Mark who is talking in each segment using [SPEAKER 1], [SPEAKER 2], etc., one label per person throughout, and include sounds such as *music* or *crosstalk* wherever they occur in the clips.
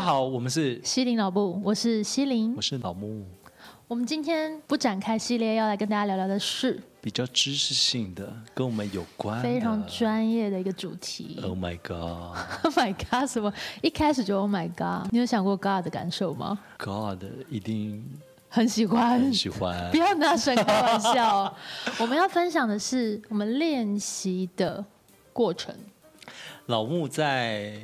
[SPEAKER 1] 好，我们是，
[SPEAKER 2] 西林老布，我是西林
[SPEAKER 1] 我。是老木，
[SPEAKER 2] 我们今天不展开系列，要来跟大家聊聊的是
[SPEAKER 1] 比较知识性的，跟我们有关的，
[SPEAKER 2] 非常专业的一个主题。
[SPEAKER 1] Oh my God，God
[SPEAKER 2] *laughs* Oh my god！什么？一开始就 Oh my god！你有想过 God 的感受吗？嗯
[SPEAKER 1] 一定
[SPEAKER 2] 很喜欢
[SPEAKER 1] 很，喜欢
[SPEAKER 2] 不。要拿神开玩笑。哦 *laughs* 我们要分享的是我们练习的过程。
[SPEAKER 1] 老木在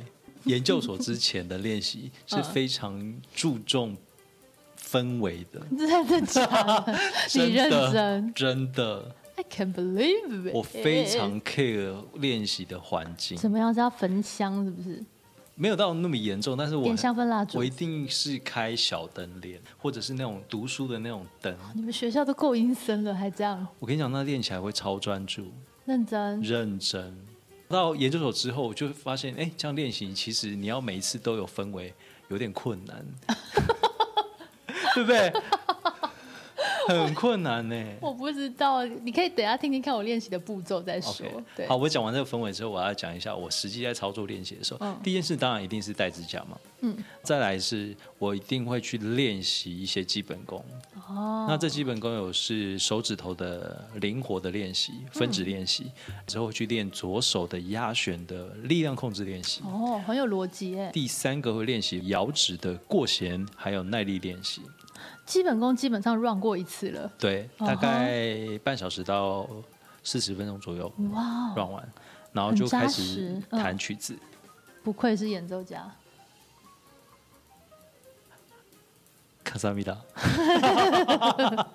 [SPEAKER 1] 研究所之前的练
[SPEAKER 2] *laughs*
[SPEAKER 1] 习是
[SPEAKER 2] 嗯
[SPEAKER 1] 非常注重氛围的，
[SPEAKER 2] 真的假的？你认
[SPEAKER 1] 的
[SPEAKER 2] 真
[SPEAKER 1] 真的，
[SPEAKER 2] ？I can believe it！
[SPEAKER 1] 我非常 care 练习的环境，
[SPEAKER 2] 怎么样是要焚香是不是？
[SPEAKER 1] 没有到那么严重，但是我
[SPEAKER 2] 点香氛蜡烛
[SPEAKER 1] 我一定是开小灯练，或者是那种读书的那种灯。
[SPEAKER 2] 你们学校都够阴森了，还这样
[SPEAKER 1] 我跟你讲，那练起来会超专注、
[SPEAKER 2] 认真？
[SPEAKER 1] 认真。到研究所之后，我就发现，哎，这样练习其实你要每一次都有氛围，有点困难，对不
[SPEAKER 2] *laughs*
[SPEAKER 1] 对？很困难呢、
[SPEAKER 2] 我不知道，你可以等一下听听看我练习的步骤再说。
[SPEAKER 1] OK，
[SPEAKER 2] 对，
[SPEAKER 1] 好，我讲完这个氛围之后，我要讲一下我实际在操作练习的时候，
[SPEAKER 2] 嗯
[SPEAKER 1] 第一件事当然一定是戴指甲嘛，
[SPEAKER 2] 嗯，
[SPEAKER 1] 再来是我一定会去练习一些基本功，
[SPEAKER 2] 哦，
[SPEAKER 1] 那这基本功有是手指头的灵活的练习，分指练习，
[SPEAKER 2] 嗯
[SPEAKER 1] 之后去练左手的压旋的力量控制练习。
[SPEAKER 2] 哦，很有逻辑耶。
[SPEAKER 1] 第三个会练习摇指的过弦，还有耐力练习。
[SPEAKER 2] 基本功基本上 run 过一次了，
[SPEAKER 1] 对，
[SPEAKER 2] 哦吼
[SPEAKER 1] 大概半小时到四十分钟左右
[SPEAKER 2] 哇哦，
[SPEAKER 1] 乱完，然后就
[SPEAKER 2] 很扎
[SPEAKER 1] 开
[SPEAKER 2] 实
[SPEAKER 1] 始
[SPEAKER 2] 嗯
[SPEAKER 1] 弹曲子。
[SPEAKER 2] 不愧是演奏家。
[SPEAKER 1] 卡萨米达，
[SPEAKER 2] 刚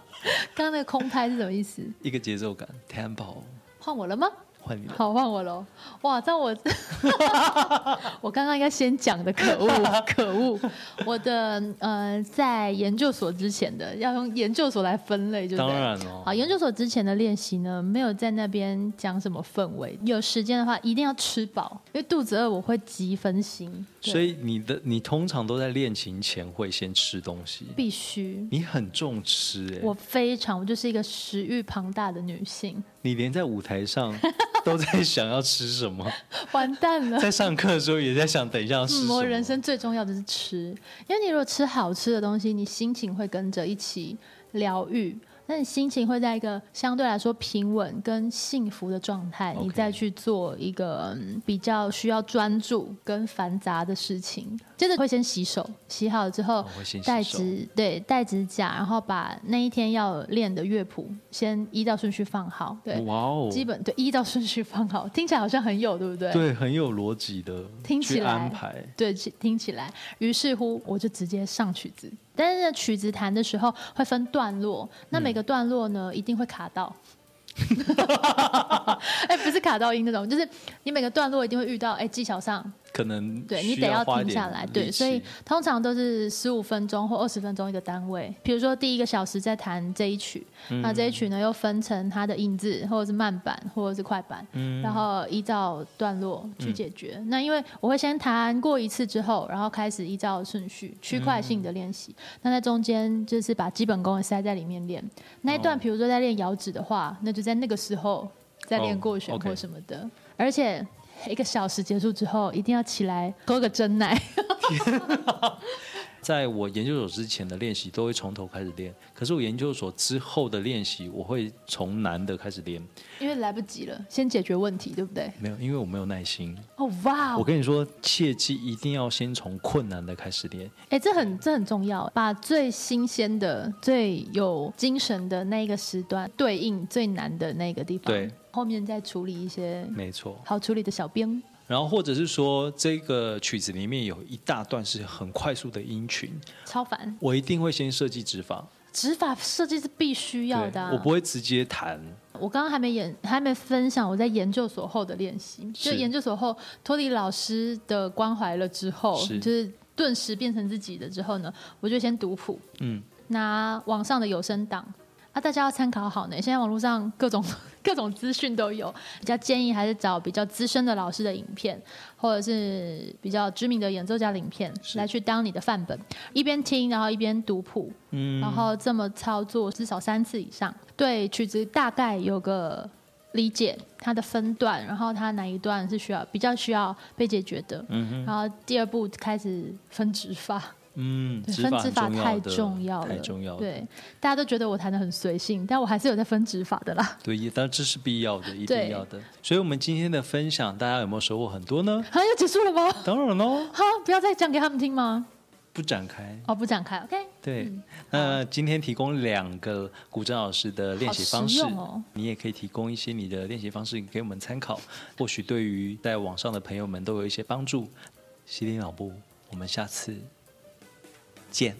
[SPEAKER 2] 刚那个空拍是什么意思？
[SPEAKER 1] 一个节奏感，tempo，
[SPEAKER 2] 换我了吗？
[SPEAKER 1] 换你了。
[SPEAKER 2] 好，换我喽！哇，这样我， *laughs* 我刚刚应该先讲的，可恶，
[SPEAKER 1] *laughs*
[SPEAKER 2] 可恶！我的呃，在研究所之前的，要用研究所来分类，就
[SPEAKER 1] 当
[SPEAKER 2] 对了
[SPEAKER 1] 然哦，
[SPEAKER 2] 好，研究所之前的练习呢，没有在那边讲什么氛围。有时间的话，一定要吃饱，因为肚子饿我会急分心，对
[SPEAKER 1] 所以你的你通常都在练琴前会先吃东西，
[SPEAKER 2] 必须。
[SPEAKER 1] 你很重吃哎、
[SPEAKER 2] 我非常，我就是一个食欲庞大的女性，
[SPEAKER 1] 你连在舞台
[SPEAKER 2] *laughs*
[SPEAKER 1] 上都在想要吃什么，
[SPEAKER 2] 完蛋了。
[SPEAKER 1] 在上课的时候也在想等一下要吃什
[SPEAKER 2] 嗯，
[SPEAKER 1] 么。
[SPEAKER 2] 我人生最重要的是吃，因为你如果吃好吃的东西，你心情会跟着一起疗愈，那你心情会在一个相对来说平稳跟幸福的状态，你
[SPEAKER 1] OK
[SPEAKER 2] 再去做一个、嗯比较需要专注跟繁杂的事情。接着会先洗手，洗好了之后
[SPEAKER 1] 哦我先洗
[SPEAKER 2] 带
[SPEAKER 1] 手
[SPEAKER 2] 指对带指甲，然后把那一天要练的乐谱先依照顺序放好，对，
[SPEAKER 1] 哇哦，
[SPEAKER 2] 基本对依照顺序放好，听起来好像很有，对不对？
[SPEAKER 1] 对，很有逻辑的，
[SPEAKER 2] 听起
[SPEAKER 1] 去
[SPEAKER 2] 来
[SPEAKER 1] 安排。
[SPEAKER 2] 对，起听起来，于是乎我就直接上曲子。但是曲子弹的时候会分段落，那
[SPEAKER 1] 嗯
[SPEAKER 2] 每个段落呢、一定会卡到。 *laughs* 哎、不是卡到音那种，就是你每个段落一定会遇到，哎、技巧上，
[SPEAKER 1] 可能
[SPEAKER 2] 对你
[SPEAKER 1] 需
[SPEAKER 2] 得要
[SPEAKER 1] 花一
[SPEAKER 2] 停下
[SPEAKER 1] 点
[SPEAKER 2] 来，
[SPEAKER 1] 力
[SPEAKER 2] 对，所以
[SPEAKER 1] 气
[SPEAKER 2] 通常都是十五分钟或二十分钟一个单位。比如说第一个小时在弹这一曲，那
[SPEAKER 1] 嗯
[SPEAKER 2] 这一曲呢又分成它的印字或者是慢板或者是快板，
[SPEAKER 1] 嗯
[SPEAKER 2] 然后依照段落去解决。那因为我会先弹过一次之后，然后开始依照顺序区块性的练习。
[SPEAKER 1] 嗯
[SPEAKER 2] 那在中间就是把基本功也塞在里面练。那一段
[SPEAKER 1] 哦
[SPEAKER 2] 比如说在练摇指的话，那就在那个时候再练
[SPEAKER 1] 哦
[SPEAKER 2] 过旋
[SPEAKER 1] ，OK
[SPEAKER 2] 或什么的，而且。一个小时结束之后，一定要起来喝个真奶。 *laughs*
[SPEAKER 1] 在我研究所之前的练习都会从头开始练，可是我研究所之后的练习，我会从难的开始练。
[SPEAKER 2] 因为来不及了，先解决问题，对不对？
[SPEAKER 1] 没有，因为我没有耐心。
[SPEAKER 2] 哦，哇
[SPEAKER 1] 我
[SPEAKER 2] 哦，
[SPEAKER 1] 跟你说，切记一定要先从困难的开始练。
[SPEAKER 2] 哎，这很这很重要，把最新鲜的、最有精神的那一个时段对应最难的那个地方，
[SPEAKER 1] 对，
[SPEAKER 2] 后面再处理一些
[SPEAKER 1] 没错。
[SPEAKER 2] 好处理的小编。
[SPEAKER 1] 然后或者是说，这个曲子里面有一大段是很快速的音群，
[SPEAKER 2] 超凡
[SPEAKER 1] 我一定会先设计指法，
[SPEAKER 2] 指法设计是必须要的、啊
[SPEAKER 1] 对，我不会直接弹，
[SPEAKER 2] 我刚刚还没演，还没分享我在研究所后的练习。
[SPEAKER 1] 是
[SPEAKER 2] 就研究所后脱离老师的关怀了之后，
[SPEAKER 1] 是
[SPEAKER 2] 就是顿时变成自己的之后呢，我就先读谱，
[SPEAKER 1] 嗯，
[SPEAKER 2] 拿网上的有声档。啊，大家要参考好呢。现在网络上各种 *laughs* 各种资讯都有，比较建议还是找比较资深的老师的影片，或者是比较知名的演奏家的影片
[SPEAKER 1] 是
[SPEAKER 2] 来去当你的范本，一边听然后一边读谱，
[SPEAKER 1] 嗯
[SPEAKER 2] 哦然后这么操作至少三次以上，对曲子大概有个理解它的分段，然后它哪一段是需要比较需要被解决的。
[SPEAKER 1] 嗯
[SPEAKER 2] 然后第二步开始分指法，
[SPEAKER 1] 嗯，
[SPEAKER 2] 对
[SPEAKER 1] 指
[SPEAKER 2] 分
[SPEAKER 1] 法
[SPEAKER 2] 指
[SPEAKER 1] 很
[SPEAKER 2] 法
[SPEAKER 1] 重要
[SPEAKER 2] 太
[SPEAKER 1] 的
[SPEAKER 2] 重要了，
[SPEAKER 1] 太重要的，
[SPEAKER 2] 对，大家都觉得我弹的很随性，但我还是有在分指法的啦， *laughs*
[SPEAKER 1] 对，也当然这是必要的，一定
[SPEAKER 2] 对
[SPEAKER 1] 要的。所以，我们今天的分享，大家有没有收获很多
[SPEAKER 2] *laughs*
[SPEAKER 1] 呢？
[SPEAKER 2] 啊，要结束了吗？
[SPEAKER 1] 当然喽，
[SPEAKER 2] 哈，不要再讲给他们听吗？
[SPEAKER 1] 不展开。
[SPEAKER 2] 哦，不展开，OK。
[SPEAKER 1] 对，
[SPEAKER 2] 嗯
[SPEAKER 1] 那今天提供两个古筝老师的练习方式
[SPEAKER 2] 好实，用哦
[SPEAKER 1] 你也可以提供一些你的练习方式给我们参考，或许对于在网上的朋友们都有一些帮助。西林老布，我们下次见。